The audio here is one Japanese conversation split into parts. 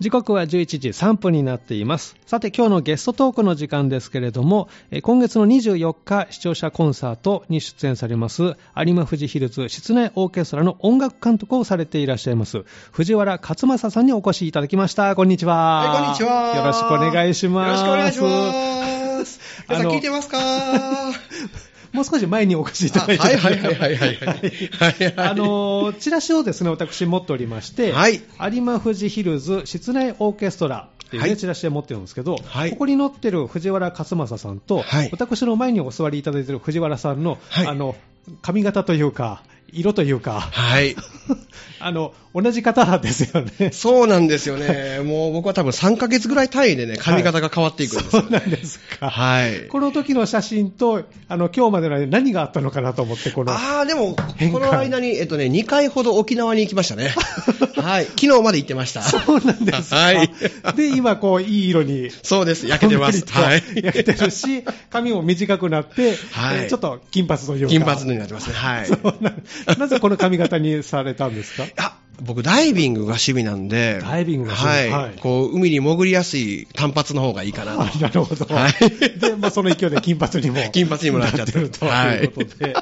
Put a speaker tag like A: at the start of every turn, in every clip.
A: 時刻は11時3分になっています。さて今日のゲストトークの時間ですけれども、えー今月の24日視聴者コンサートに出演されます、有馬富士ヒルズ室内オーケストラの音楽監督をされていらっしゃいます、藤原勝正さんにお越しいただきました。こんにちは。
B: はい、こんにちは。
A: よろしくお願いします。
B: よろしくお願いします。皆さん聞いてますかは
A: もう少し前にお越しいただ
B: い
A: いて。
B: はいはいはいはいはい。 はいはい
A: あのーチラシをですね、私持っておりまして、
B: はい
A: 有馬富士ヒルズ室内オーケストラっていうね、
B: はい
A: チラシで持ってるんですけど、
B: はい
A: ここに載ってる藤原勝正さんと、
B: はい
A: 私の前にお座りいただいてる藤原さんの、
B: はい
A: あの、髪型というか、色というか、
B: はい。
A: あの、同じ方ですよね。
B: そうなんですよね。もう僕は多分3ヶ月ぐらい単位でね、髪型が変わっていくんですよ
A: そう
B: ね。
A: なんですか。
B: はい。
A: この時の写真と、あの、今日までの間に何があったのかなと思って、この、
B: ああ、でも、こ
A: 変換
B: の間に、えっとね、2回ほど沖縄に行きましたね。はい。昨日まで行ってました。
A: そうなんですか。
B: はい。
A: で、今、こう、いい色に
B: そうです。焼けてます。は
A: はい
B: い。。
A: 焼けてるし、髪も短くなって、
B: はい
A: えーちょっと金髪というか。
B: 金髪になってますね。はい。
A: そうな なぜこの髪型にされたんですか
B: あ僕、ダイビングが趣味なんで、
A: ダイビングが趣味
B: は、
A: はいい
B: こう海に潜りやすい単発の方がいいかなと
A: あなるほど。
B: はい
A: で、まあ、その勢いで金髪にも。
B: 金髪にもなっちゃって
A: る
B: る
A: ということで、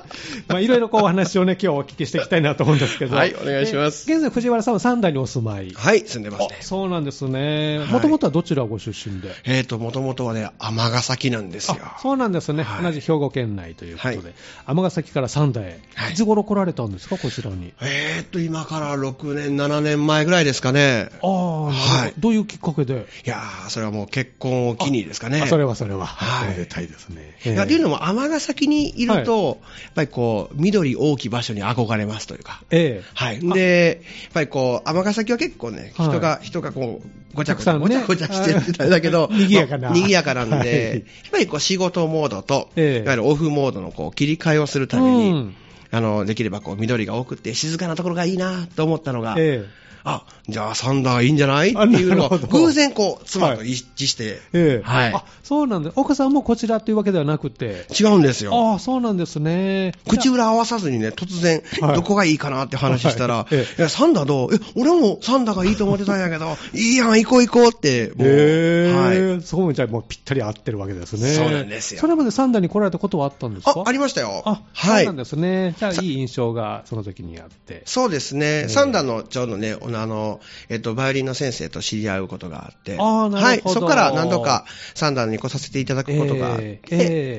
A: まあ、いろいろこうお話をね、今日お聞きしていきたいなと思うんですけど。
B: はいお願いします
A: で現在、藤原さんは三代にお住まい。
B: はい、住んでますね。
A: そうなんですね。
B: はい
A: もともとはどちらご出身で
B: えっ、と、もともとはね、尼崎なんですよ。
A: あそうなんですね、
B: はい
A: 同じ兵庫県内ということで、
B: はい
A: 尼崎から三代へ、
B: はい
A: いつ頃来られたんですか、こちらに。
B: えっ、と、今から6年、7年前ぐらいですかね。
A: ああ、は
B: はいい、
A: どういうきっかけで、
B: いやー、それはもう結婚を機にですかね。
A: あそれはそれは、
B: はい
A: おめでたいですね。
B: いやという
A: の
B: のも、尼崎にいると、やっぱりこう、緑多き場所に憧れますというか。
A: ええ
B: はい。で、やっぱりこう、尼崎は結構ね、
A: はい
B: 人が、人がこう、ごちゃごち
A: た
B: ゃ、
A: くさ
B: ご
A: ん
B: ち
A: ね
B: ゃごちゃしてるんだけど、
A: はい賑やかな
B: まあ賑やかなんで、
A: はい
B: やっぱりこう、仕事モードと、
A: ええ
B: いわゆるオフモードのこう、切り替えをするために、
A: うん
B: あの、できればこう、緑が多くて静かなところがいいなと思ったのが、
A: ええ
B: あ、じゃあサンダーいいんじゃないっていうの
A: あなる
B: を、
A: ほど
B: 偶然こう、妻と一致して、
A: ええ
B: はい
A: あそうなんで、奥さんもこちらというわけではなくて、
B: 違うんですよ。
A: ああ、そうなんですね、
B: 口裏合わさずにね、突然、
A: はい
B: どこがいいかなって話したら、
A: はい
B: い
A: ええ
B: や、サンダーどうえ、俺もサンダーがいいと思ってたんやけど、いいやん、行こう行こうって、もう、
A: ええ
B: はい。
A: そこもじゃあもうぴったり合ってるわけですね、
B: そうなんですよ
A: それまで三代に来られたことはあったんですか
B: あ、ありましたよ。
A: あ
B: は
A: そう
B: い
A: なん。ですね、じゃあ、いい印象がその時にあって。
B: そうです
A: ええ
B: ね。サンダーの、ちょうどね、あの、えっと、バイオリンの先生と知り合うことがあって。
A: あーなるほど
B: はい。そこから何度か、サンダーに来させていただくことがあって、
A: えええ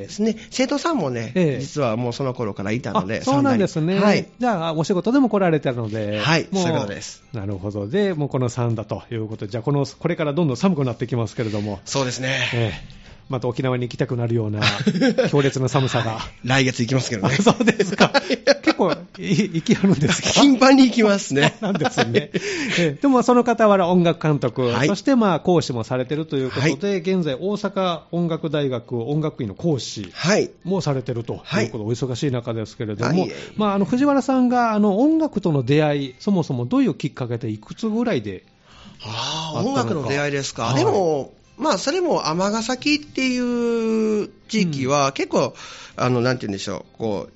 A: え
B: ですね。生徒さんもね、
A: ええ
B: 実はもうその頃からいたので、
A: あそうなん
B: サンダーに
A: ですね、
B: はい。
A: じゃあ、お仕事でも来られたので、
B: はい
A: も
B: そういうことです。
A: なるほど、でもうこの3だということで、じゃあこの、これからどんどん寒くなってきますけれど も、
B: そうですね。
A: ええまた沖縄に行きたくなるよ うな強烈な寒さが、
B: 来月行きますけど
A: あ
B: ね。
A: そうですか、結構い行きあるんですか。
B: 頻繁に行きますね。
A: なんですね。ええでも、その方は音楽監督、
B: はい
A: そしてまあ講師もされてるということで、現在、大阪音楽大学音楽院の講師
B: はい。
A: もうされてると
B: はい
A: いうことで、お忙しい中ですけれど
B: は
A: も、
B: い
A: まあ、あの藤原さんがあの音楽との出会い、そもそもどういうきっかけで、いくつぐらいで、
B: あ
A: あ
B: あ、
A: ったの
B: 音
A: か
B: 楽の出会いですか。
A: はい
B: でも、まあ、それも尼崎っていう地域は、結構、あの、なんて言うんでしょう、こう、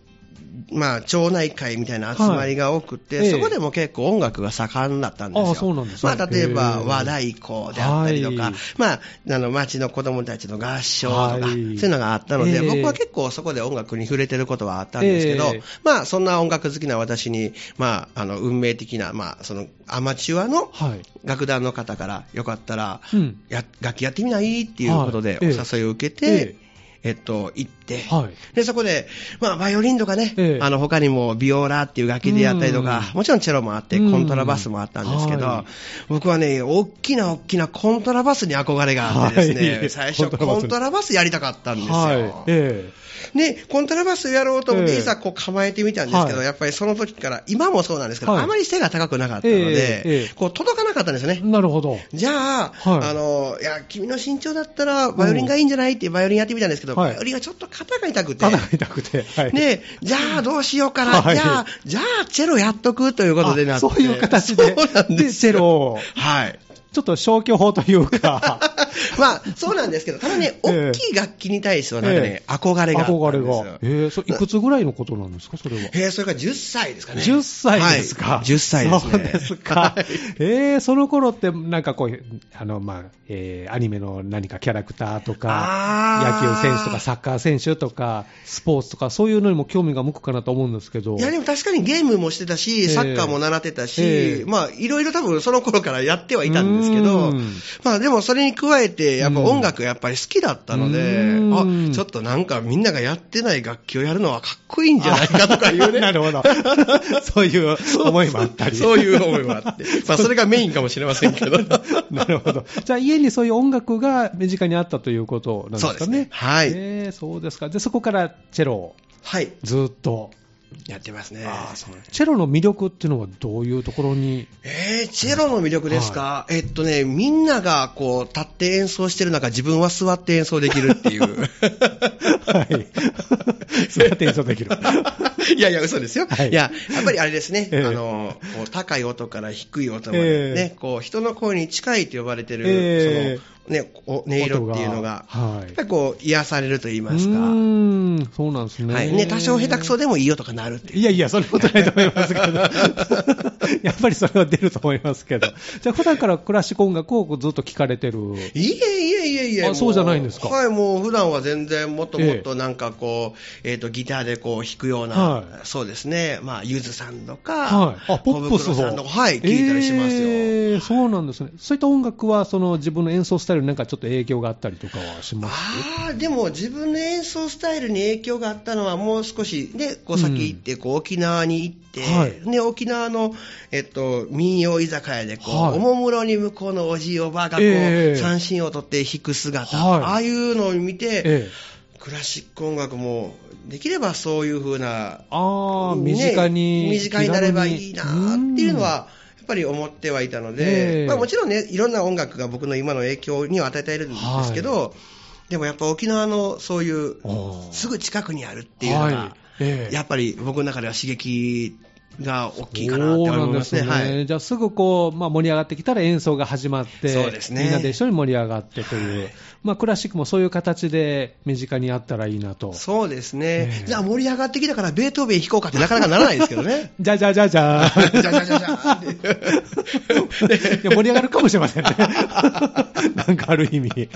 B: まあ、町内会みたいな集まりが多くて、
A: はいええ
B: そこでも結構音楽が盛んだったんですよ。
A: ああそうなんですね
B: まあ、例え
A: へえ
B: ば、和太鼓であったりとか、
A: はい
B: まあ、あの、町の子供たちの合唱とか、
A: はい
B: そういうのがあったので、
A: ええ
B: 僕は結構そこで音楽に触れてることはあったんですけど、
A: ええ
B: まあ、そんな音楽好きな私に、まあ、あの、運命的な、まあ、その、アマチュアの、
A: はい
B: 楽団の方から、よかったら、
A: うん
B: や楽器やってみないっていうことで、
A: は
B: お
A: い
B: 誘いを受け
A: え
B: て、えっと、行って、
A: はい
B: で、そこで、まあ、バイオリンとかね、
A: ええ
B: あの、他にも、ビオラっていう楽器でやったりとか、
A: うん
B: もちろんチェロもあって、
A: うん
B: コントラバスもあったんですけど、
A: はい
B: 僕はね、大きな大きなコントラバスに憧れがあってですね、
A: はい
B: 最
A: コ
B: 初
A: ントラバ
B: コ
A: ス
B: ントラバスやりたかったんですよ。
A: はいえ
B: ね、コントラバスやろうと思っ
A: え
B: て、
A: え
B: いざこう構えてみたんですけど、
A: はい
B: やっぱりその時から、今もそうなんですけど、
A: はい
B: あまり背が高くなかったの
A: ええええ
B: で、こう届かなかったんですよ
A: え
B: ね。
A: なるほど、
B: じゃあ、
A: はい
B: あの、いや、君の身長だったら、バイオリンがいいんじゃないって、バイオリンやってみたんですけど、
A: はい
B: バイオリンがちょっと肩が痛くて。
A: 肩が痛くて、はい
B: ねじゃあどうしようかな、
A: はい
B: じゃあ、じゃあチェロやっとくということでな
A: あ
B: って。
A: そういう形で、
B: そうなんですよ
A: チェロを
B: はい。
A: ちょっと消去法というか、
B: まあ、そうなんですけど、ただね、
A: ええ
B: 大きい楽器に対してはなんかね、憧 れがあったんですよ。
A: 憧れが。えー、それいくつぐらいのことなんですか、それは。
B: えー、それから10歳ですかね。
A: 10歳ですか、
B: はい、10歳ですね。
A: そうですか。
B: はい
A: えー、その頃って、なんかこう、あの、まあ、えー、アニメの何かキャラクターとか、
B: あー
A: 野球選手とか、サッカー選手とか、スポーツとか、そういうのにも興味が向くかなと思うんですけど。
B: いや、でも確かにゲームもしてた
A: ええ
B: し、サッカーも習ってたし、
A: ええ
B: まあ、いろいろ多分その頃からやってはいたんですけ
A: う
B: ど
A: ん、
B: まあ、でもそれに加えて、やっぱ音楽やっぱり好きだったので
A: う、ん
B: あ、ちょっとなんかみんながやってない楽器をやるのはかっこいいんじゃないかと かいうね。
A: なるほど。そういう思いもあったり。
B: そういう思いもあ って。まあ、それがメインかもしれませんけど。
A: なるほど。じゃあ、家にそういう音楽が身近にあったということなんです
B: そう
A: かね。
B: ですね。はい。
A: えーそうですか。で、そこからチェロを
B: はい。
A: ずーっと。
B: やってますね。
A: あーそうチェロの魅力っていうのはどういうところに
B: えー、チェロの魅力ですか、えっとね、みんながこう、立って演奏してる中、自分は座って演奏できるっていう。
A: はい。そうやって演奏できる。
B: いやいや、嘘ですよ。
A: はい
B: い、や、やっぱりあれですね、
A: ええ
B: あの、こう高い音から低い音までね、こう、人の声に近いと呼ばれてる、
A: ええ
B: その、ね、こう音色っていうのが、
A: は
B: やっ
A: い
B: ぱ。りこう、癒されると言います
A: う
B: か。
A: ーん、そうなんですね。
B: はい。ね、多少下手くそでもいい音が鳴るっていう。
A: いやいや、そんなことないと思いますけど、 やっぱりそれは出ると思いますけど、じゃあ、普段からクラシック音楽をこうずっと聴かれてる、
B: いえいえいえいえ。
A: あ
B: も
A: そうじゃないんですか
B: はい、もう普段は全然もっともっとなんかこう、えっ、と、ギターでこう弾くような、
A: は
B: そうですね、まあ、ゆずさんとか、
A: はい、あポップス
B: 小
A: を、
B: 袋さんとか、はい、聞いたりしますよ。
A: えーそうなんですね、そういった音楽はその自分の演奏スタイルになんかちょっと影響があったりとかはします
B: ああ、でも自分の演奏スタイルに影響があったのは、もう少し、ね、こう先行って、こう沖縄に行って、
A: はい
B: ね、沖縄の、えっと、民謡居酒屋でこう、
A: はい
B: おもむろに向こうのおじいおばあがこう、
A: ええ
B: 三振を取って弾く姿、
A: はい
B: ああいうのを見て、
A: ええ
B: クラシック音楽も、できればそういう風な、
A: ああ、
B: ね
A: 身近に、
B: 身近になればいいなっていうの
A: ん
B: は、やっぱり思ってはいたの
A: え
B: で、
A: え
B: まあ、もちろんね、いろんな音楽が僕の今の影響には与えているんですけど、でもやっぱ沖縄のそういう
A: あ、ー
B: すぐ近くにあるっていうのが、
A: はいええ
B: やっぱり僕の中では刺激が大きいかなっ
A: そ
B: て
A: う
B: 思
A: ないんで
B: ますす
A: ね。
B: ね。はい
A: じゃあすぐこう、まあ、盛り上がってきたら演奏が始まって、
B: そうですね
A: みんなで一緒に盛り上がってという、まあ、クラシックもそういう形で身近にあったらいいなと。
B: そうですね、
A: ええ。
B: じゃあ盛り上がってきたからベートーベン弾こうかってなかなかならないですけどね
A: じゃじゃじゃじゃ
B: じゃ じゃじゃじゃじゃって
A: いや盛り上がるかもしれませんね。 なんかある意味。で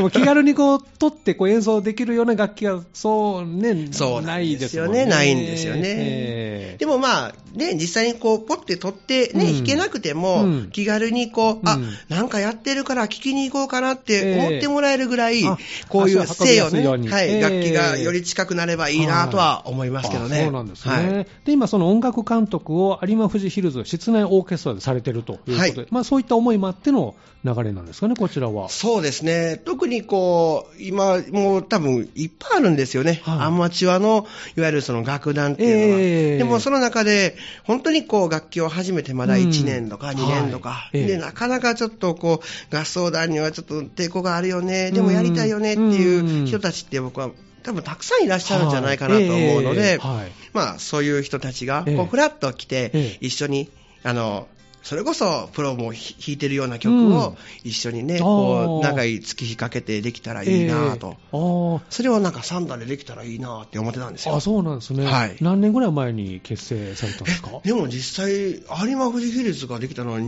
A: も気軽にこう、取ってこう演奏できるような楽器が、そうね、
B: そうな
A: なんい
B: で
A: ですす
B: よ
A: もん
B: ね
A: ね。
B: ないんですよね
A: ええ
B: でもまあ、ね、実際にこう、ポッて取って、ね、
A: うん
B: 弾けなくても、
A: うん
B: 気軽にこう、あ
A: うん、
B: なんかやってるから聞きに行こうかなっ
A: え
B: て
A: え
B: 思ってもらえるぐらい、
A: あ
B: こういう
A: 足を運び
B: 性
A: や
B: を
A: すい
B: ね、
A: ように
B: はい、
A: ええ
B: 楽器がより近くなればいいなとは思いますけどね。
A: あそうなんですね。
B: はい
A: で、今、その音楽監督を有馬富士ヒルズ室内オーケストラでされてるということで、
B: はい
A: まあ、そういった思いもあっての流れなんですかね、こちらは。
B: そうですね。特にこう、今、もう多分いっぱいあるんですよね。
A: はい
B: アマチュアの、いわゆるその楽団っていうのは。
A: ええ
B: でもその中で、本当にこう楽器を始めてまだ
A: うん
B: 1年とか2年と
A: は
B: か。
A: いええ
B: で、なかなかちょっとこう、合奏団にはちょっと抵抗があるよね。でもやりたいよねって
A: う
B: い
A: ん
B: う人たちって僕は多分たくさんいらっしゃるんじゃないかなと思うの
A: はいええ
B: で、
A: はい
B: まあそういう人たちが、
A: ええ
B: こう、ふらっと来
A: ええ
B: て、一緒に、あの、それこそプロもひ弾いてるような曲
A: うん
B: を一緒にね、
A: あー
B: こう、長い月日かけてできたらいいなぁと。
A: ええあー
B: それをなんか3段でできたらいいなぁって思ってたんですよ
A: あ。そうなんですね、
B: はい
A: 何年ぐらい前に結成されたんですか
B: でも実際、有馬富士ヒルズができたのは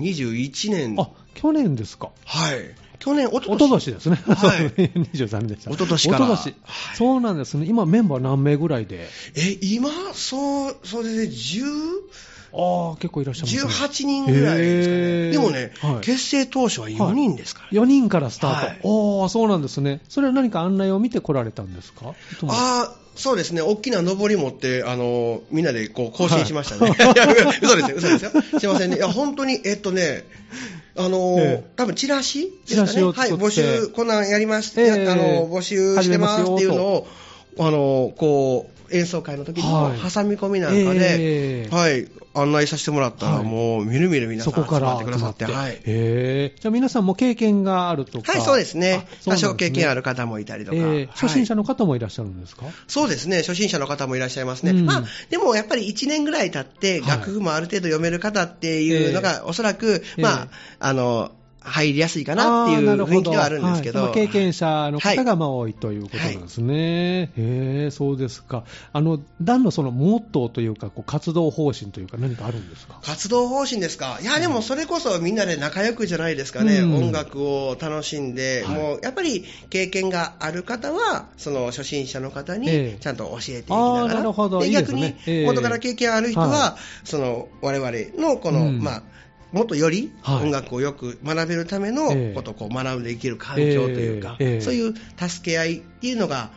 B: 2021年。
A: あ去年ですか、
B: はい。去年、おと
A: お
B: と
A: と
B: し。
A: としですね、
B: はい
A: そう23年でした、
B: おととしから
A: おととし
B: はい
A: そうなんですね、今、メンバー何名ぐらいで、
B: え、今、そう、それで10、
A: ああ、結構いらっしゃいます、ね、
B: 18人ぐらいですか
A: へー
B: ね。でもね、
A: はい
B: 結成当初は4人ですからね
A: 4人からスタート、
B: はい
A: おー、そうなんですね、それは何か案内を見て来られたんですか、
B: ああ、そうですね。大きな登り持って、あの、みんなでこう更新しましたね。い、や、 嘘ですよ、嘘ですよ。すいませんね。いや、本当に、えっとね、あの、
A: ええ
B: 多分チラシですかね。
A: チラシを
B: はい、
A: 作って
B: 募集、こんなんやります、
A: ええ
B: あの、募集してますっていうのを、あの、こう、演奏会の時にも
A: はい
B: 挟み込みなんかで、
A: えー
B: はい、案内させてもらったら、
A: はい
B: もう、みるみる皆さ
A: そ
B: ん集
A: こか
B: ま
A: ら
B: ってくださって、はい。
A: へーじゃあ皆さんも経験があるとか、
B: はい、そうです
A: あそうな
B: ね。多
A: んですね
B: 少経験ある方もいたりとか。
A: えー初心
B: はい
A: 者の方もいらっしゃるんですか、
B: そうですね、初心者の方もいらっしゃいますね。
A: うん
B: まあ、でもやっぱり1年ぐらい経って、
A: はい
B: 楽譜もある程度読める方っていうのが、おそらく、
A: ええ
B: まあ、あの、入りやすいかなっていう
A: あーなるほ
B: 雰囲気ではあるんですけど。
A: はいまあ経験者の
B: は
A: 方
B: い
A: がまあ多いということなんですね。へえ、そうですか。あの、団のそのモットーというか、こう活動方針というか何かあるんですか
B: 活動方針ですかいや、でもそれこそみんなで仲良くじゃないですかね。
A: うん
B: 音楽を楽しんで、
A: はい
B: もうやっぱり経験がある方は、その初心者の方
A: ええ
B: にちゃんと教えていきながら。
A: あーなるほどい
B: で
A: いです
B: 逆
A: ね
B: に
A: ええ、
B: 元から経験ある人は、
A: は
B: その我々のこの、
A: うん
B: まあ、もっとより
A: はい
B: 音楽をよく学べるため
A: え
B: の
A: え
B: ことをこう学んでいける環境というか、
A: ええええ
B: そういう助け合いっていうのが、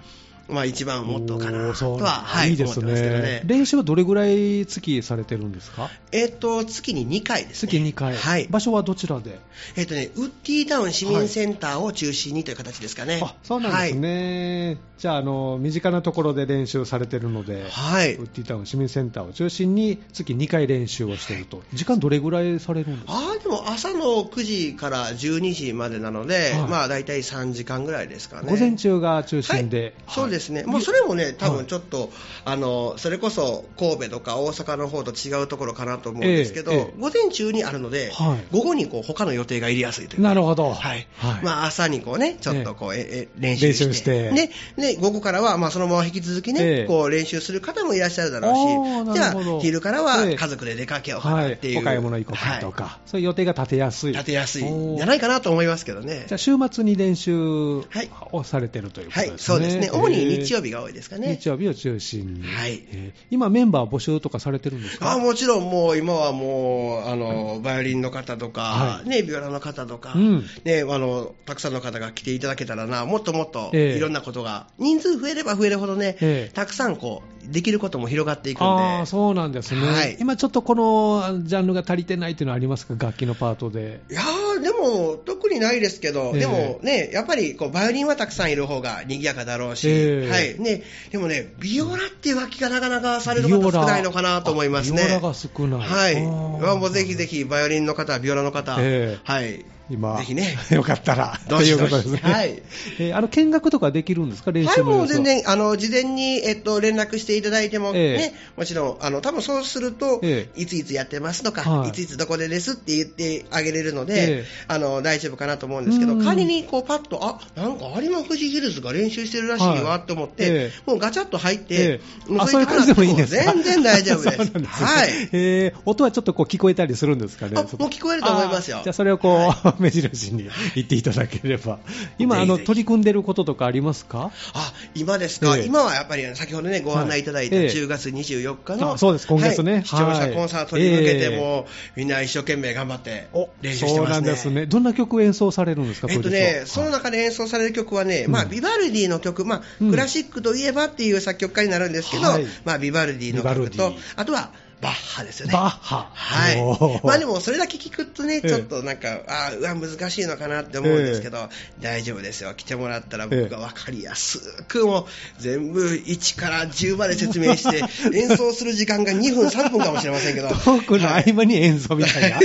B: まあ一番モットーか
A: お
B: な
A: ー
B: と
A: そうな
B: は、
A: んだ
B: はいい、
A: いで
B: 思っ
A: す
B: てますけどね
A: ね。。練習はどれぐらい月されてるんですか
B: えっ、と、月に2回ですね。
A: 月2回。
B: はい。
A: 場所はどちらで
B: えっ、とね、ウッディタウン市民センターを中心にという形ですかね。
A: あ、そうなんですね。じゃあ、あの、身近なところで練習されてるので。
B: はい。
A: ウ
B: は
A: ッ
B: い。
A: ディタウン市民センターを中心に月2回練習をしていると、時間どれぐらいされるんですか
B: あーでも朝の9時から12時までなので、
A: はい
B: まあ大体3時間ぐらいですかね。
A: 午前中が中心で、
B: はい、そうですね、
A: はい
B: もうそれもね、多
A: はい
B: 分ちょっと、あのそれこそ神戸とか大阪の方と違うところかなと思うんですけど、
A: ええええ
B: 午前中にあるので、
A: はい
B: 午後にこう他の予定が入れやすいというか
A: なるほど、
B: はい
A: はい
B: まあ、朝にこうね、ちょっとこう、ええ練習して
A: 練習して
B: でで午後からはまあそのまま引き続きね、
A: ええ
B: こう練習する方もいらっしゃるだ
A: あ
B: ろ
A: ー
B: うし、じ
A: な
B: ゃ
A: るほど
B: あ、昼からは
A: ええ
B: 家族で出かけようか
A: は
B: ないっていう、
A: お買い物行こうかとか、そういう予定が立てやす。
B: はいい立てやすいん
A: お
B: じゃ
A: ー
B: ないかなと思いますけどね
A: じゃ。あ、週末に練習
B: はい
A: をされてるということ
B: は
A: ですね。、
B: いそうですね、主に日曜
A: 日、
B: 日が多いですかね。
A: 日曜日を中心に、
B: はい
A: えー今、メンバー募集とかされてるんですか
B: あもちろん、もう今はもう、あの、バイオリンの方とか、
A: はい
B: ね、ビオラの方とか、
A: うん
B: ね、あの、たくさんの方が来ていただけたらな、もっともっと、
A: ええ
B: いろんなことが、人数増えれば増えるほどね、
A: ええ
B: たくさんこう、できることも広がっていくんで、
A: あーそうなんですね、
B: はい
A: 今ちょっとこのジャンルが足りてないというのはありますか、楽器のパートで。
B: いやー、でも、特にないですけど、
A: ええ
B: でもね、やっぱりこう、バイオリンはたくさんいる方が賑やかだろうし、
A: ええ
B: はい。ね、でもね、ビオラっていう楽器がなかなかされる方少ないのかなと思いますね。
A: ビオラが少ない。
B: はい。
A: あー
B: まあもうぜひぜひ、バイオリンの方、ビオラの方、
A: ええ
B: はい。
A: 今、
B: ぜひね
A: よかったら、
B: どしどし
A: ということですね。
B: はい
A: えーあの、見学とかできるんですか、練
B: はい、
A: 習の
B: も
A: 様
B: う
A: 子は
B: 全然、あの、事前に、えっと、連絡していただいても、
A: ええ
B: ね、もちろん、あの、多分そうすると、
A: え
B: いついつやってますとか、
A: はい
B: い、ついつどこでですって言ってあげれるの
A: ええ
B: で、あの、大丈夫かなと思うんですけ
A: う
B: ど、
A: ん
B: 仮に、こう、パッと、あ、なんか有馬富士ヒルズが練習してるらしい
A: は
B: わ
A: い
B: と思っ
A: え
B: て、もうガチャッと入っ
A: え
B: て、
A: え
B: も
A: あ
B: う
A: そういう
B: とこ
A: 感じでもいいんですか
B: もう全然大丈夫で
A: そうなん
B: す。
A: ですね
B: はい。
A: えー音はちょっとこう聞こえたりするんですかね。
B: あもう聞こえると思いますよ
A: あーじゃあそれをこう、 目印に言っていただければ。今、あの、
B: ぜひぜひ
A: 取り組んでることとかありますか
B: あ今ですか、
A: ええ
B: 今はやっぱりね先ほどね、ご案内いただいた
A: はいええ
B: 10月24日の、
A: あそうです今月ね
B: はい視聴
A: は
B: 者
A: い
B: コンサートに向け
A: ええ
B: て、もうみんな一生懸命頑張って練習して
A: そう
B: ま
A: な
B: す
A: ん
B: ね。
A: ですね。どんな曲演奏されるんですか、
B: えっと
A: 当日は
B: ね、その中で演奏される曲はね、まあ、
A: うん
B: ビバルディの曲、まあ
A: うん、
B: クラシックといえばっていう作曲家になるんですけど、
A: はい
B: まあ、ビバルディの
A: ビバル
B: 曲
A: デ
B: と
A: ィ、
B: あとはバッハですよね。
A: バッハ。お
B: はい
A: ー。
B: まあでも、それだけ聞くとね、
A: ええ
B: ちょっとなんか、ああ、うわ、難しいのかなって思うんですけど、大丈夫ですよ。来てもらったら
A: え
B: 僕
A: え
B: が分かりやすく、もう全部1から10まで説明 して、演奏する時間が2分、3分かもしれませんけど。
A: トークの
B: はい
A: 合間に演奏みたいな。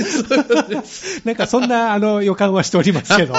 A: なんかそんなあの予感はしております けど。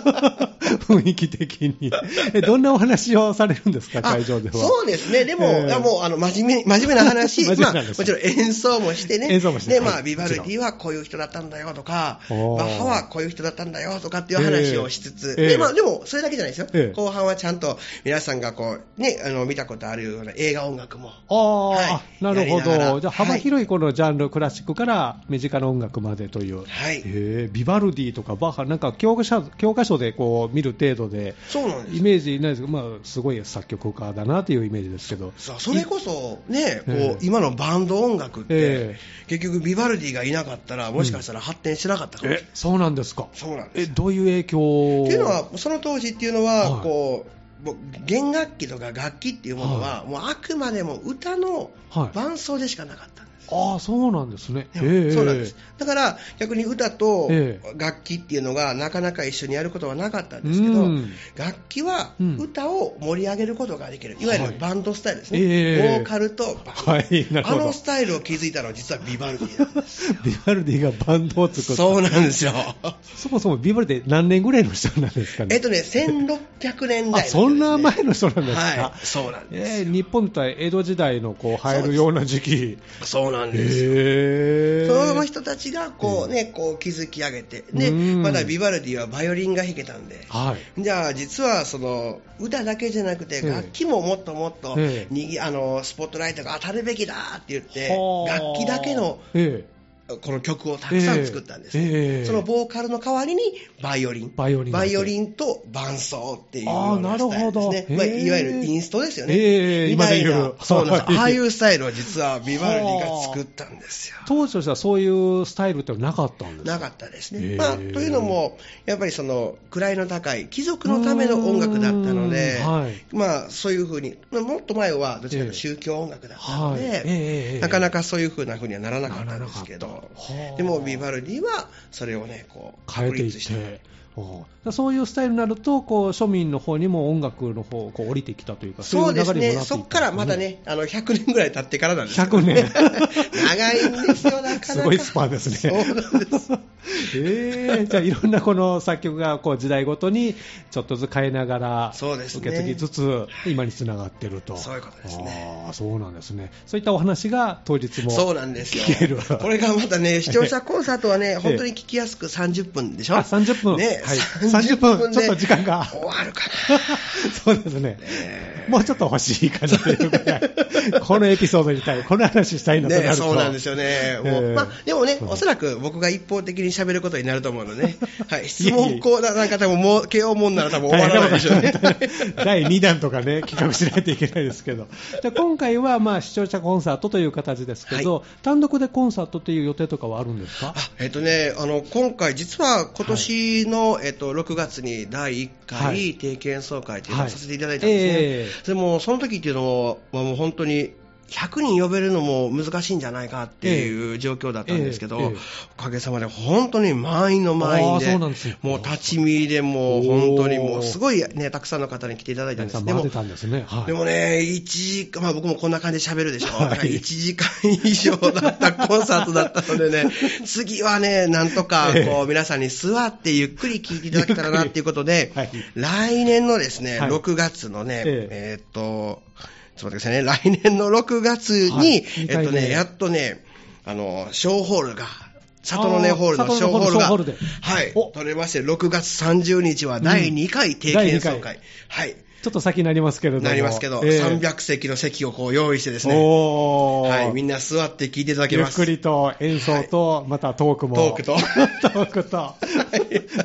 A: 雰囲気的に。えどんなお話をされるんですか、
B: あ
A: 会場では。
B: そうですね。でも、
A: ええ
B: いやもう、あの、真面目、真面目な話。
A: 真面目なん
B: まあ、
A: で
B: も
A: す
B: ちろん演奏もしてね。
A: 演奏もして
B: で、ま
A: は
B: あ、
A: い
B: ビバルディはこういう人だったんだよとか、バ
A: おー
B: ッハはこういう人だったんだよとかっていう話をしつつ、
A: ええええ
B: で、まあ、でも、それだけじゃないですよ。
A: ええ
B: 後半はちゃんと、皆さんがこう、ね、あの、見たことあるような映画音楽も。
A: ああ、
B: はい
A: なるほ
B: やりなが
A: ど。
B: ら
A: じゃあ幅広いこのジャンル、クラシックから身近な音楽までという。
B: はい
A: へえビバルディとかバッハ、なんか教科書教科書でこう見る程度で、
B: そうなんです
A: イ
B: よ。
A: メージないですけど、まあ、すごい作曲家だなというイメージですけど。
B: さあそれこそ、ね、こう、
A: ええ
B: 今のバンド音楽って、
A: え
B: 結局、ビバルディがいなかったら、もしかしたら発展しなかったかもしれない。
A: え、そうなんですか。
B: そうなんですよ
A: え、どういう影響
B: っていうのは、その当時っていうの
A: は
B: は、
A: い
B: こう、もう弦楽器とか楽器っていうものは、もうあくまでも歌の
A: はい
B: 伴奏でしかなかったんです。
A: ああ、そうなんですね。
B: でもそうなんです。だから、逆に歌と
A: え
B: 楽器っていうのが、なかなか一緒にやることはなかったんですけど、
A: うん
B: 楽器は
A: うん
B: 歌を盛り上げることができる。いわゆるバンドスタイルですね。
A: ええ
B: ボーカルとバンド。
A: はいなるほ
B: あ
A: ど
B: のスタイルを築いたのは実はビバルデ ィなんです。
A: ビバルディがバンドを作った。
B: そうなんですよ。
A: そもそもビバルディ何年ぐらいの人なんですかね。
B: えっとね、1600年代なん
A: あ、
B: ですね
A: そんな前の人なんですか。
B: はい。そうなんです。
A: えー日本対江戸時代のこう入るような時期
B: そうなんですよ。
A: へ
B: そ
A: ー
B: の人たちがこうね、こう築き上げて。
A: う
B: で、
A: ん
B: まだビバルディはバイオリンが弾けたんで。
A: はい。
B: じゃあ実はその歌だけじゃなくて
A: ええ
B: 楽器ももっともっと
A: ええ
B: にぎあのスポットライトが当たるべきだって言って
A: はあ
B: 楽器だけの、
A: え
B: この曲をたくさん作ったんです、
A: えええ
B: そのボーカルの代わりにバイオリン
A: バイオリン
B: バイオリンと伴奏っていう
A: あー
B: ようなスタイルで
A: なる
B: すね
A: ほど
B: まあ、
A: へー
B: いわゆるインストですよね、
A: ええ
B: みたい
A: 今で
B: な
A: 言う
B: そうなんです
A: はい
B: ああいうスタイルを実はビバルディが作ったんですよ
A: え当時としてはそういうスタイルってのはなかったんです
B: な
A: か
B: かったですね、
A: へー
B: まあ。というのも、やっぱりその位の高い貴族のための音楽だったので、
A: うーんはい
B: まあ、そういうふうに、まあもっと前はどちらかというと宗教音楽だったので、
A: ええはいええええ
B: なかなかそういうふうなふうにはならなかったんですけど、
A: はあ
B: でもビバルディはそれをね、こう
A: 変えてい
B: 確立した
A: って。おうだからそういうスタイルになると、こう庶民の方にも音楽の方こう降りてきたというか、
B: そうです
A: い流れ
B: ね、
A: にもなってい
B: そ
A: った
B: こからまだね、あの100年ぐらい経ってからなんですけど
A: 100年
B: 長いんですよ、なかなか。
A: すごいスパンですね。
B: そうなんです
A: ええじゃあいろんなこの作曲がこう時代ごとにちょっとずつ変えながら
B: そうです
A: 受
B: ね
A: け継ぎつつ今につながってると。
B: そういうことですね
A: ああ、そうなんですね。そういったお話が当日も。
B: そうなんですよ
A: 聞ける。
B: これがまたね、視聴者コンサートはね、
A: え
B: 本当に聞きやすく30分でしょ
A: あ30分
B: ね、
A: はい
B: 30分で
A: ちょっと時間が
B: 終わるか
A: そうですね。もうちょっと欲しいかなというぐらい、このエピソードにたい、この話したい
B: な。
A: なとな
B: ね、
A: ると。
B: そうなんですよね。もう
A: ええ
B: まあ、でもね、
A: うん
B: おそらく僕が一方的に喋ることになると思うのでね、はい、質
A: いえいえ
B: 問コーナーなんか多分もう、慶応もんなら多分終わらないでしょうね。
A: 第2弾とかね、企画しないといけないですけど、じゃあ今回はまあ視聴者コンサートという形ですけど、単独でコンサートという予定とかはあるんですか
B: あえっとね、あの今回、実は今年の、えっと、6月に第1
A: は
B: 回
A: い
B: 定期演奏会というの
A: は
B: を
A: い
B: させていただいたんですね、
A: ええ
B: でもその時っていうのは、もう本当に100人呼べるのも難しいんじゃないかっていう状況だったんですけど、
A: ええええ
B: おかげさまで本当に満員の満員
A: ああ
B: で、
A: そうなんですよ
B: もう立ち見でもう本当にもうすごい、ね、たくさんの方に来ていただいたん
A: 皆
B: で
A: さ
B: す。
A: ん
B: で
A: 待っ
B: も
A: てたんですね。はい
B: でもね、1時間、まあ、僕もこんな感じで喋るでしょ、
A: はい
B: だから1時間以上だったコンサートだったの でね、次はね、なんとか
A: ええ
B: こう皆さんに座ってゆっくり聞いていただけたらなっていうことで、
A: はい
B: 来年のですね、
A: はい
B: 6月のね、
A: え
B: えーっと、ちょっと待ってくださいね、来年の6月に、
A: はい
B: えっと
A: 二回目
B: ね、やっとね、あの、小ホールが、里の
A: あ
B: ね
A: ー
B: ホールの
A: 里の
B: 小ホール
A: 小
B: が、
A: ホールで
B: はい
A: お、
B: 取れまして、6月30日は第2回定期演奏
A: 第二回
B: 会。はい。
A: ちょっと先になりますけれども。
B: なりますけど、
A: ええ
B: 300席の席をこう用意してですね、
A: おー
B: はい、みんな座って聞いていただけ
A: ゆっ
B: ます。
A: くりと演奏と、またトークも。
B: トークと
A: トークと。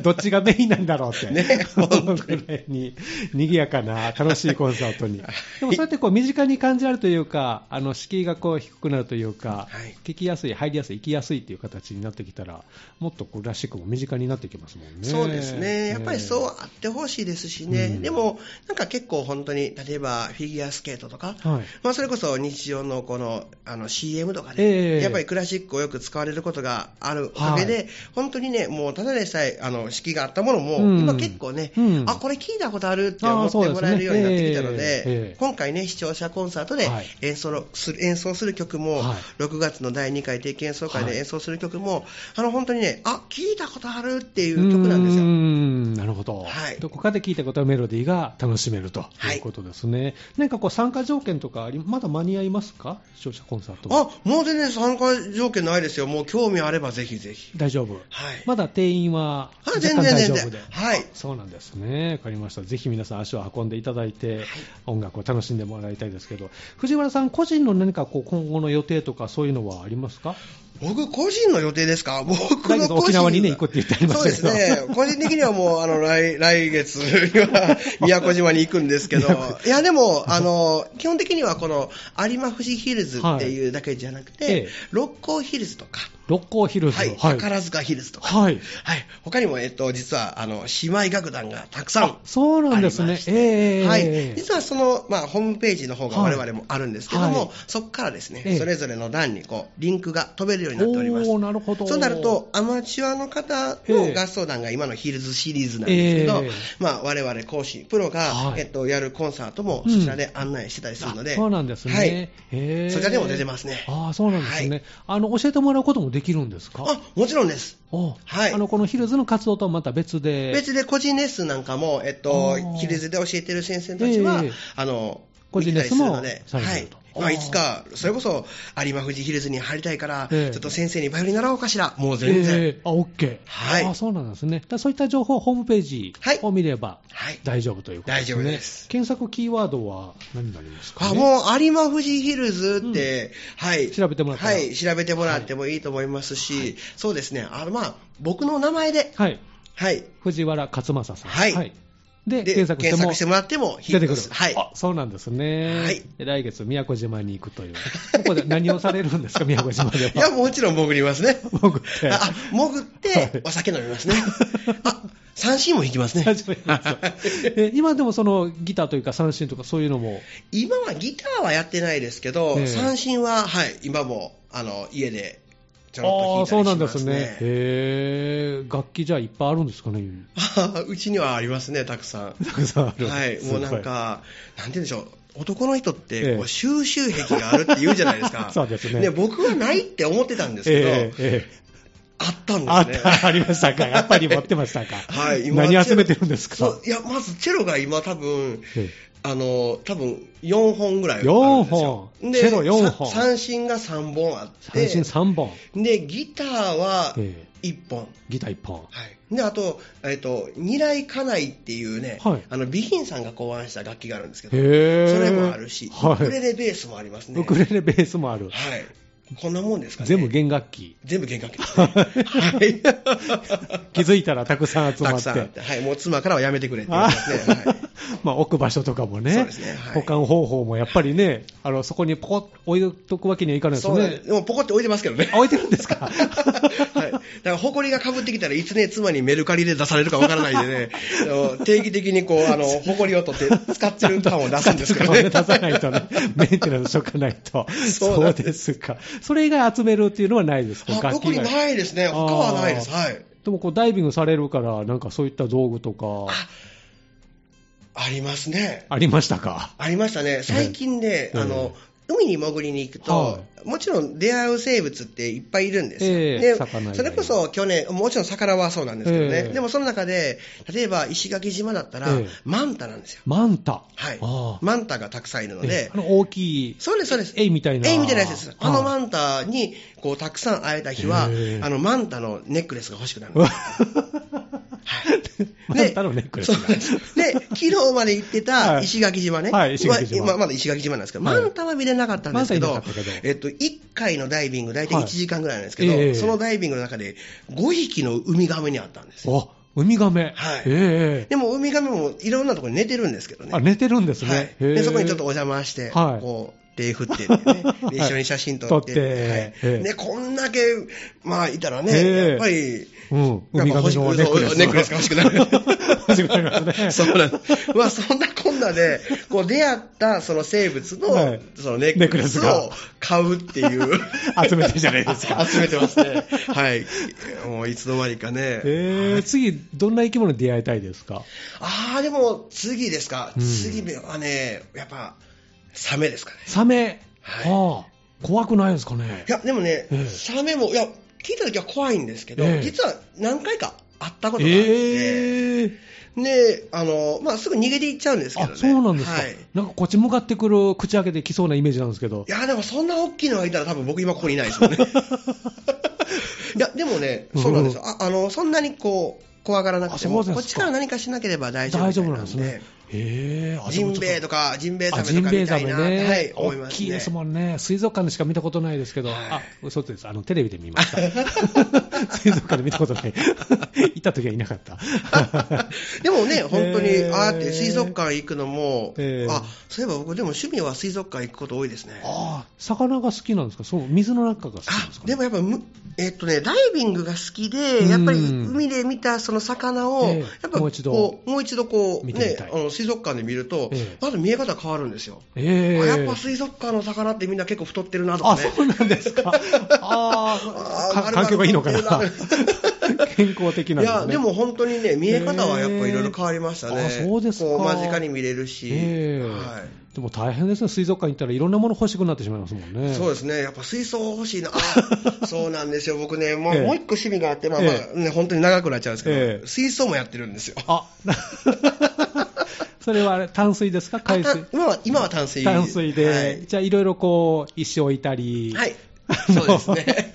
A: どっちがメインなんだろうって。
B: ね本当に
A: そのぐらいに、賑やかな、楽しいコンサートに。でもそうやってこう、身近に感じられるというか、あの、敷居がこう、低くなるというか、
B: はい
A: 聞きやすい、入りやすい、行きやすいっていう形になってきたら、もっとこう、らしくも身近になってきますもんね。
B: そうですね。やっぱりそ
A: ね
B: うあってほしいですしね。
A: うん
B: でも、なんか結構本当に、例えばフィギュアスケートとか、
A: はい
B: まあそれこそ日常のこのあの CM とかね、
A: ええ
B: やっぱりクラシックをよく使われることがあるおかげで、
A: は
B: 本当にね、もうただでさえ、あの、式があったものも、
A: うん
B: 今結構ね、
A: うん
B: あ、これ聞いたことあるって
A: あ
B: 思
A: あ
B: ってもらえるようになってきたの
A: そう
B: で、
A: ですねええええ
B: 今回ね、視聴者コンサートで
A: はい
B: 演奏のする演奏する曲も、
A: はい
B: 6月の第2回定期演奏会
A: はい
B: で演奏する曲も、あの、本当にね、あ、聞いたことあるっていう曲なんですよ
A: うー。んなるほど、
B: はい
A: どこかで聞いたことはメロディーが楽しめるということですね、何かこう参加条件とかあり、まだ間に合いますか、視聴者コンサートは
B: あ、もう全然参加条件ないですよ。もう興味あればぜひぜひ。
A: 大丈夫、
B: はい。
A: まだ定員は
B: あ
A: 若
B: 全
A: 干
B: 然
A: 大
B: 全
A: 丈夫で
B: 然。。はい。
A: そうなんですね。わかりました。ぜひ皆さん足を運んでいただいて、音楽を楽しんでもらいたいですけど、藤原さん個人の何かこう今後の予定とかそういうのはありますか
B: 僕個人の予定ですか僕
A: だけ
B: の個
A: ど
B: 人
A: 沖縄にね行くって言ってありましたけど
B: そうですね。個人的には もう、あの、来、来月には宮古島に行くんですけど
A: 宮古、
B: いやでも、あの、基本的にはこの、有馬富士ヒルズっていうだけじゃな
A: は
B: く
A: いええ
B: て、六甲ヒルズとか、
A: 六甲ヒルズ。
B: はい、
A: はい。
B: 宝塚ヒルズとか、
A: はい
B: はい。他にも、えっと、実は、あの、姉妹楽団がたくさん
A: あ、そうなんです
B: あり
A: ね
B: まし。て
A: ええ
B: はい、実はその、まあ、ホームページの方が
A: はい
B: 我々もあるんですけども、
A: はい
B: そこからですね、
A: ええ
B: それぞれの段にこうリンクが飛べるようになっております
A: おーなるほど
B: そうなるとアマチュアの方
A: え
B: の
A: え
B: 合奏団が今のヒルズシリーズなんですけど、
A: ええ
B: まあ、我々講師プロが、
A: はい
B: えっと、やるコンサートもそちらで案内してたりするので、
A: あそうなんですね。
B: はい
A: へー
B: そちらでも出てますね
A: ああ、そうなんですね、
B: はい
A: あの、教えてもらうこともできるんですか
B: あもちろんです
A: お
B: はい
A: あの、このヒルズの活動とはまた別で。
B: 別で個人レッスンなんかも、えっと
A: あー、
B: ヒルズで教えてる先生たちは、
A: ええ
B: あの、
A: 個人レッスンもされてると
B: はい。まあ、いつか、それこそ、有馬富士ヒルズに入りたいから、
A: ええ
B: ちょっと先生にバイオリン習おうかしら。もう全然。
A: えー、あ、OK。
B: はい
A: あそうなんですね。だからそういった情報、ホームページ
B: はい
A: を見れば
B: はい。
A: 大丈夫ということですね。
B: 大丈夫です
A: 検索キーワードは何になりますか、ね、
B: あ、もう、有馬富士ヒルズって、はい。
A: 調べてもらったら
B: はい。調べてもらってもいいと思いますし、そうですね。あの、まあ、僕の名前で、
A: はい。
B: はい。
A: 藤原勝正さん。
B: はい
A: で、
B: で、
A: 検索しても
B: もらってもヒ
A: 出
B: ッ
A: て
B: ト
A: くる
B: です。。はい。
A: あそうなんですね。
B: はい
A: で来月、宮古島に行くという。ここで何をされるん ですか、宮古島では。
B: いや、もちろん潜りますね。
A: 潜って
B: あ、あ潜っ
A: はい
B: て、お酒飲みますね。あ、三振も弾きますね。
A: 始まりま したえ今でもそのギターというか三振とかそういうのも、
B: 今はギターはやってないですけど、
A: ええ
B: 三振は、はい、今も、あの、家で、ちょ
A: あ
B: ろ
A: あ
B: っ
A: そう
B: と
A: なんで
B: 弾いたりしますす
A: ね
B: ね。
A: へえ楽器じゃあいっぱいあるんですかね
B: あ うちにはありますね、たくさん。
A: たくさんある
B: はい、もうなんか、なんて言うんでしょう。男の人っ
A: ええ
B: て、こう収集癖があるって言うじゃないですか。
A: そうですね
B: 僕はないって思ってたんです
A: え
B: けど、
A: ええ
B: あった
A: えあ
B: ん
A: っ
B: ですね。
A: たありましたかやっぱり持ってましたか
B: はい、
A: 何集めてるんですか
B: そういや、まずチェロが今多分、
A: え
B: あの、多分4本ぐらいあるん
A: 4
B: ですよ。
A: 本
B: で
A: チェロ4本
B: さ三振が3本あっ
A: え三
B: て、
A: 振3本、
B: で、ギターは
A: ええ
B: 1本。
A: ギター1本
B: はい、であと、えっと、二来家内っていうね、
A: はい
B: あの備品さんが考案した楽器があるんですけど、
A: へえ
B: それもあるし、
A: はい、
B: ウクレレベースもありますね。
A: ウクレレベースもある、
B: はい。こんなもんですかね。
A: 全部弦楽器
B: 全部弦楽器ですね。はい。
A: 気づいたらたくさん集ま
B: たく
A: って
B: さんあって。はい。もう妻からはやめてくれって言わ
A: あ
B: れてますね。はい。
A: まあ、置く場所とかもね
B: そうですねはい
A: 保管方法もやっぱりね、あのそこにポコッ置いとくわけにはいかないです
B: そうなんで
A: ね
B: す。。でもポコって置いてます けどね。
A: あ置いてるんですか
B: はい。だから、埃が被ってきたらいつね、妻にメルカリで出されるかわからないんで ね、あの定期的にこう、あの、埃を取って使ってる感を出すんです けどね。
A: 出さないとね、メンテナンスしとかないと。
B: そう
A: そ
B: な
A: うん
B: で
A: ですか。それ以外集めるっていうのはないですか
B: あ
A: 楽
B: 特
A: 器以
B: に
A: 外。
B: ないですね。他はないです。はい。
A: でもこうダイビングされるから、なんかそういった道具とか、
B: ありますね。
A: ありましたか
B: ありましたね。最近で、
A: ええ
B: あの、海に潜りに行くと、
A: は
B: もちろん出会う生物っていっぱいいるんですよ。
A: ええ
B: で
A: 魚以外に
B: それこそ去年、もちろん魚はそうなんですけどね。
A: ええ
B: でもその中で、例えば石垣島だったら、
A: ええ
B: マンタなんですよ。
A: マンタ。
B: はい
A: ああ。
B: マンタがたくさんいるの
A: ええ
B: で
A: あ、の大きい、
B: そうです、そうです。
A: エイみたいな。
B: えいみたいなやつです。あ
A: は
B: の
A: い
B: マンタに、こう、たくさん会えた日は
A: へえ、
B: あの、マンタのネックレスが欲しくなるん
A: う
B: で
A: わ
B: す。
A: マンタのネックレス
B: そうなん
A: が
B: で。すで、昨日まで行ってた
A: はい
B: 石垣島ね。
A: はい石垣島
B: まあ今まだ石垣島なんですけど、
A: はい
B: マンタは見れなかったんですけ
A: マン
B: ど
A: タいなかったけ、ど
B: えっと、1回のダイビング、大体
A: はい
B: 1時間ぐらいなんですけ
A: ええ
B: ど、そのダイビングの中で5匹のウミガメにあったんですよ。
A: あ、ウミガメ。
B: はい
A: ええ
B: でもウミガメもいろんなところに寝てるんですけどね。
A: あ、寝てるんですね。
B: はい、
A: へえ
B: でそこにちょっとお邪魔して、
A: はい
B: こう手振って、ね
A: は
B: で
A: い
B: 一緒に写真撮っ
A: 撮
B: て、
A: って
B: は
A: ええ
B: いね、こんだけ、まあ、いたらね、
A: ええ
B: やっぱり、
A: うん、
B: や
A: ウ
B: っ
A: ミ
B: ぱ
A: ガメ
B: 欲しく
A: のネックレ
B: そう
A: ス。
B: ネックレスが欲しくな る。
A: 欲しくなりますね。
B: そうなんです。まあ、そんなこんなで、こう出会ったその生物の、
A: はい
B: そのネック
A: ネ
B: レス
A: ックレスが
B: を買うっていう。
A: 集めてるじゃないですか
B: 集めてますね。はい。もういつの間にかね。
A: えー、次、どんな生き物に出会いたいですか
B: ああ、でも次ですか。
A: うん
B: 次はね、やっぱ、サメですかね。
A: サメ。
B: はい
A: はあ、怖くないですかね
B: いや、でもね、
A: ええ
B: サメも、いや、聞いたときは怖いんですけど、
A: ええ
B: 実は何回か会ったことがあって、
A: えー、
B: で、あの、まあ、すぐ逃げていっちゃうんですけど
A: あ
B: ね。
A: そうなんですか、
B: はい。い
A: なんかこっち向かってくる、口開けてきそうなイメージなんですけど、
B: や、でもそんな大きいのがいたら多分僕今ここにいない ですよね。いや、でもね、そうなんですよ。ああの、そんなにこう、怖がらなくて
A: あ
B: も、
A: そう
B: こ
A: ですか
B: っちから何かしなければ大丈夫
A: 大
B: みた
A: 丈
B: い
A: 夫なんですね。。えー、あ
B: ジンベエと
A: か。
B: か、ジンベエ
A: あ
B: ザメ
A: ジ
B: と
A: ン
B: か
A: ベエ
B: み
A: ザ
B: たい
A: メ
B: な、
A: ね、
B: はい、思い
A: 大
B: ますね。
A: きいですもんね、水族館でしか見たことないですけど、
B: はい
A: あ嘘です、あのテレビで見ま した、水族館で見たことない、 行った時はいなかっ た、
B: でもね、本当に
A: え、ー
B: ああやって水族館行くのも、
A: えー
B: あそういえば僕、でも趣味は水族館行くこと多いですね。
A: あ
B: あ
A: あ、魚が好きなんですか、そう水の中が好きなんですか、ね、
B: でもやっぱむ、えっとね、ダイビングが好き
A: うん
B: で、やっぱり海で見たその魚を、
A: ええ
B: やっぱ
A: もう一度
B: こうもう一度こう、
A: 見てみ
B: ね
A: たい、
B: あの水族館で見ると、
A: ええ
B: まず見え方変わるんですよ。
A: え
B: あ
A: え
B: やっぱ水族館の魚ってみんな結構太ってるなと
A: あ、
B: かね。
A: そうなんです か。ああ、
B: あー
A: か環境がいいのかな
B: 丸々持ってる。
A: 健康的なん
B: い
A: ですね。
B: や、でも本当にね、見え方はやっぱいろいろ変わりましたね。
A: えーあそうですか
B: こう間近に見れるし。
A: ええ
B: はい
A: でも大変ですね、水族館行ったらいろんなもの欲しくなってしまいますもんね。
B: そう
A: で
B: ですね、やっぱ水槽欲しいな、 あそうなんですよ、僕ね、もう,、
A: ええ
B: もう一個趣味があって、まあまあ
A: え
B: ね、本当に長くなっちゃうんですけど、
A: ええ
B: 水槽もやってるんですよ。
A: あ、 それはあれ淡水ですか海水
B: あ。今は、今は淡水。
A: 淡水で、
B: はい
A: じゃあいろいろこう、石置いたり、
B: はい。そうですね。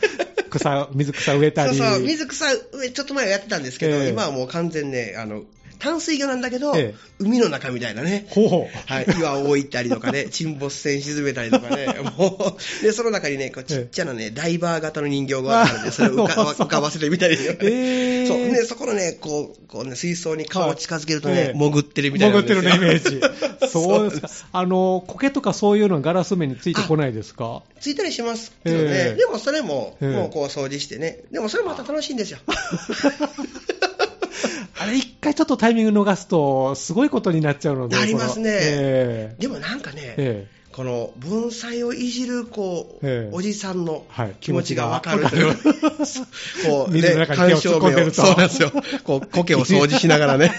A: 草、水草植えた
B: そう
A: り。
B: そう、水草、上ちょっと前はやってたんですけど、
A: ええ
B: 今はもう完全ね、あの、淡水魚なんだけど、
A: ええ
B: 海の中みたいなね。
A: ほ
B: はい、岩を置いたりと かね、沈没船沈めたりとかね、もう、で、その中にね、こうちっちゃなね、ダイバー型の人形がある んで、それを浮か浮かばせてみたりとかね、
A: ええ
B: そう、で、そこのね、こう、こうね、水槽に顔を近づけると
A: はい
B: ね
A: え、え
B: 潜ってる
A: う。
B: みたいな
A: 潜っ
B: んです
A: てるね、イ
B: よ。
A: メージ。
B: そ
A: そう
B: う
A: ですか。あの、苔とかそういうのはガラス面についてこないですか
B: ついたりしますけどね、
A: ええ
B: でもそれも、
A: ええ
B: もうこう掃除してね、でもそれもまた楽しいんですよ。
A: あれ、一回ちょっとタイミング逃すと、すごいことになっちゃうので。
B: なりますね
A: このえ
B: でもなんかね、
A: えええ
B: この盆栽をいじるこう、
A: ええ
B: おじさんの
A: はい
B: 気持ちがわかるという、
A: わかる
B: こう
A: 水
B: ね
A: の、中に手を突っ
B: 鑑賞
A: 込んで
B: 面
A: る
B: を、
A: と
B: そうなんですよ、こう苔を掃除しなが らね、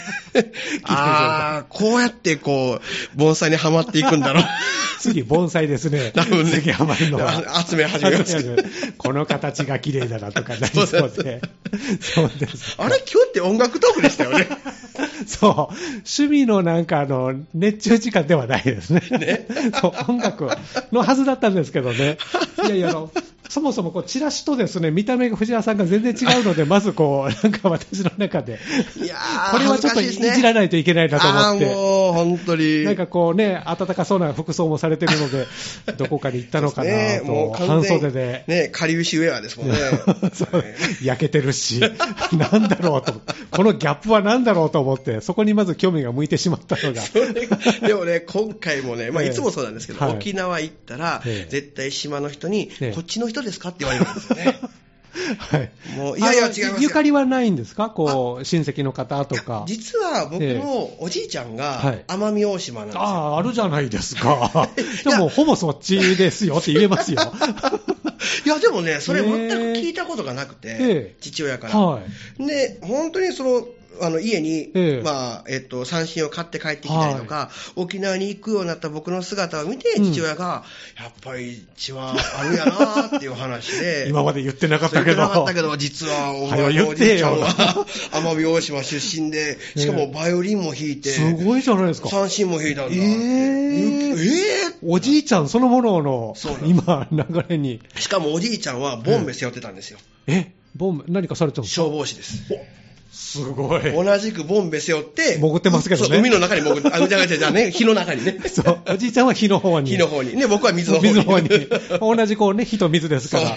B: ああ、こうやってこう盆栽にはまっていくん だろう、
A: 次、盆栽ですね。
B: 多分ね
A: 次、ハマるのは。
B: 集め始めますけど。
A: この形が綺麗だなとかなりそうで。そうです。
B: あれ今日って音楽トークでしたよね。
A: そう。趣味のなんかあの、熱中時間ではないですね。そう、音楽のはずだったんですけどね。いやいや、あの、そもそもこう、チラシとですね、見た目が藤原さんが全然違うので、まずこう、なんか私の中で、
B: いやー
A: これはちょっとい
B: 恥ずかしいですね
A: じらないといけないなと思って。
B: ああ、もう本当に。
A: なんかこうね、暖かそうな服装もされてるので、どこかに行ったのかな
B: ねも
A: と、
B: う完
A: 半
B: 全
A: 袖で。
B: ね、かりゆしウェアですもんね。
A: そう 焼けてるし、 なんだろうと、このギャップはなんだろうと思って、そこにまず興味が向いてしまったのが、
B: でもね、今回もね、まあ、
A: ええ
B: いつもそうなんですけど、
A: はい
B: 沖縄行ったら、
A: ええ
B: 絶対島の人に、
A: ええ
B: こっちの人ですかって言われるんです よね。
A: はい、
B: もういやいや
A: あの
B: 違いますよ
A: ゆかりはないんですか、こう親戚の方とか。
B: 実は僕
A: え
B: のおじいちゃん
A: は
B: が
A: い
B: 奄美大島なんですよ。
A: ああ、あるじゃないです か。でも、ほぼそっちですよって言えますよ。
B: いや、でもね、それ
A: ええ
B: 全く聞いたことがなくて、
A: ええ
B: 父親から。
A: はい。
B: で、本当にその、あの家に、
A: ええ
B: まあ、えっと、三振を買って帰ってきたりとか、沖縄に行くようになった僕の姿を見て、
A: うん
B: 父親が、やっぱり血はあるやなっていう話で。
A: 今まで言ってなかったけ
B: そう言ってなか
A: ど
B: った。けど、実はお
A: はよ
B: 前
A: 言
B: の
A: っ
B: お
A: て
B: じ
A: よ
B: いちゃんは 奄美大島出身で、しかもバイオリンも弾いて、
A: すごいじゃないですか。
B: 三振も弾いたんだって。
A: ええ
B: え
A: おじいちゃんそのものの
B: そうなんです
A: 今、流れに、
B: えしかもおじいちゃんはボンベ背負ってたんですよ。
A: えボン何かされてるんですか
B: 消防士です。
A: すごい。
B: 同じくボンベ背負って、
A: 潜ってますけどね
B: そう海の中に潜って、あ、じゃあじゃあじゃあね、火の中にね。
A: そう、おじいちゃんは火の方に。
B: 火の方に。ね、僕は水の方に。
A: 水の方に。同じこうね、火と水ですから
B: そ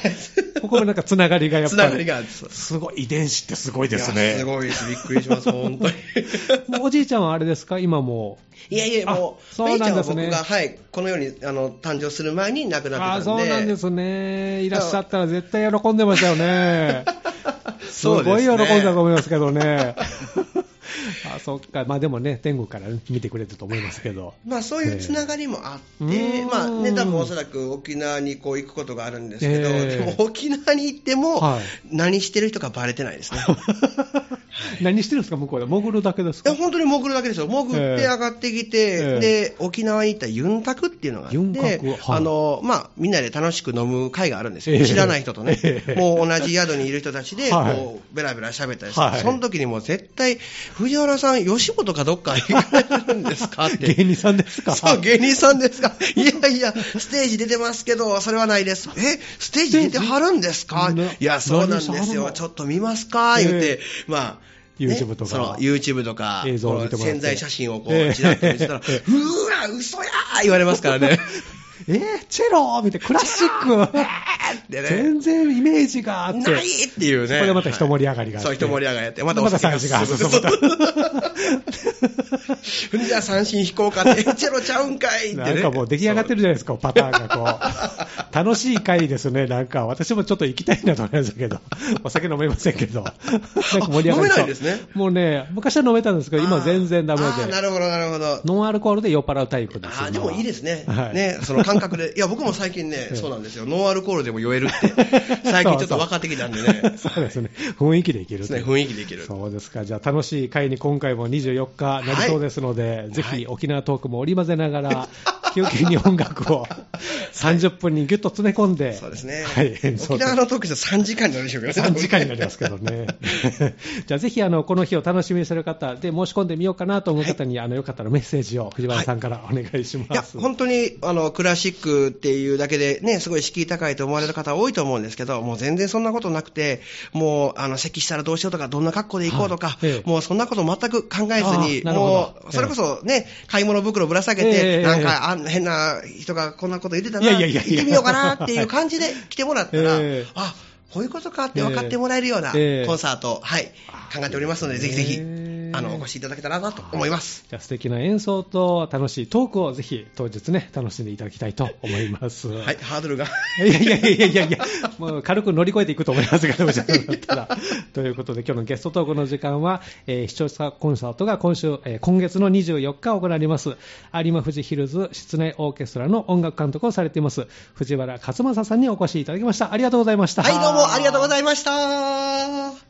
B: うで。
A: ここもなんかつながりがやっぱり。
B: つながりがあるんです
A: すごい、遺伝子ってすごい
B: い
A: で
B: や
A: すね。
B: すごいです。びっくりします、本当に。
A: もうおじいちゃんはあれですか今も
B: いやいや、も
A: あ
B: う、
A: そうなんですね
B: おじいちゃんは僕が、はい、このように、あの、誕生する前に亡く
A: う。
B: な
A: あ
B: っ
A: あ、
B: てた
A: そ
B: んで。
A: うなんですね。いらっしゃったら絶対喜んでましたよね。す
B: そう
A: ご
B: で
A: い
B: すね
A: 喜んだと思いますけどね。 あそっか。まあでもね、天国から見てくれてると思いますけど。
B: まあ、そういうつながりもあって、
A: ええ
B: まあ
A: う
B: ね、
A: ん
B: 多分おそらく沖縄にこう行くことがあるんですけど、
A: ええ
B: でも沖縄に行っても、
A: はい
B: 何してる人かバレてな いですね。
A: 何してるんですか向こうで。潜るだけです
B: い
A: か
B: や本当に潜るだけですよ、潜っ
A: ええ
B: て上がってきて、
A: ええ
B: で沖縄に行ったユンタクっていうのがあって、
A: ユンタクはい
B: あのまあ、みんなで楽しく飲む会があるんですよ、
A: ええ
B: 知らない人とね、
A: ええ
B: もう同じ宿にいる人たちで、
A: はい
B: こうベラベラ喋ったりして、
A: はい
B: その時にもう絶対、藤原さん、吉本かどっか行かれてるんですかって。
A: 芸人さんですか
B: そう、芸人さんですか。いやいや、ステージ出てますけど、それはないです。え、ステージ出てはるんですか
A: ステージ
B: いや、そうなんで
A: 何して
B: す
A: はるの
B: よ。ちょっと見ますか
A: ええ
B: 言って、まあ。ね
A: YouTube とか
B: その YouTube とか、
A: 映像を見てもらって
B: この潜在写真をこ
A: ええ
B: う、ちらっと見せたら、う
A: え
B: ーわ、嘘やー言われますか らね。
A: えー、チェロみたいな、クラシック、
B: でね
A: 全然イメージがあって。
B: ないっていうね。
A: そこでまた一盛り上がりがあって
B: はいそう、一盛り上がりやって。ま
A: ま
B: た
A: た
B: お
A: また
B: 酒
A: 三
B: が
A: 振
B: 進
A: が
B: む。
A: 進む
B: そうじゃあ三振引こうかって、チェロちゃうんかいってね。
A: なんかもう出来上がってるじゃないですか、パターンがこう。楽しい回です ね、なんか。私もちょっと行きたいなと思いましたけど、お酒飲めませんけど。なんか盛り上がりそう
B: 飲めないんですね
A: もうね、昔は飲めたんですけど、今全然ダメ
B: あーな
A: で。
B: るほど、なるほど。
A: ノンアルコールで酔っ払うタイプです。
B: あーで
A: 今は
B: もいいですね、
A: はい
B: ねその感覚で、いや、僕も最近ね
A: え、え
B: そうなんですよ、ノンアルコールでも酔え るって、最近ちょっと分かってきたんでね、
A: そうそうですね。雰囲気でいける
B: で
A: と
B: すね雰囲気でいける。
A: そうですか、じゃあ楽しい会に今回も24日なりそうですので、ぜひ沖縄トークも織り交ぜながら、 休憩に音楽 を30分にギュッと詰め込んで、
B: そうですね。
A: はい、演奏
B: 沖
A: と
B: 縄の特集3時間になるでしょうけど
A: 3時間になりますけどね。 じゃあぜひあのこの日を楽しみにする方で申し込んでみようかなと思う方に、あのよかったらメッセージを藤原さんからお願いし
B: いや
A: ます。
B: 本当にあのクラシックっていうだけで、ね、すごい敷居高いと思われる方多いと思うんですけど、もう全然そんなことなくて、もうあの席したらどうしようとか、どんな格好で行こうとか、
A: はいええ
B: もうそんなこと全く考えずに、
A: あーなるほど
B: も
A: ええ
B: うそれこそね、買い物袋ぶら下げて、
A: ええ
B: なん
A: ええ
B: かあ変な人がこんなこと言ってた
A: い
B: な、
A: やいやいやいや
B: 行ってみようかなっていう感じで来てもらったら、
A: ええ
B: あこういうことかって分かってもらえるようなコ
A: ええ
B: ンサート、はい、考えておりますので、ぜひぜひ、
A: ええ
B: あのお越しいただけたらなと思います。
A: じゃあ素敵な演奏と楽しいトークをぜひ当日ね、楽しんでいただきたいと思います。
B: はい、ハードルが。
A: いやいやいやいやいや、もう軽く乗り越えていくと思いますけど、もしそうなったら。ということで、今日のゲストトークの時間は、えー視聴者コンサートが今週、えー今月の24日行われます、有馬富士ヒルズ室内オーケストラの音楽監督をされています、藤原勝正さんにお越しいただきました。ありがとうございました。
B: はい、どうもありがとうございました。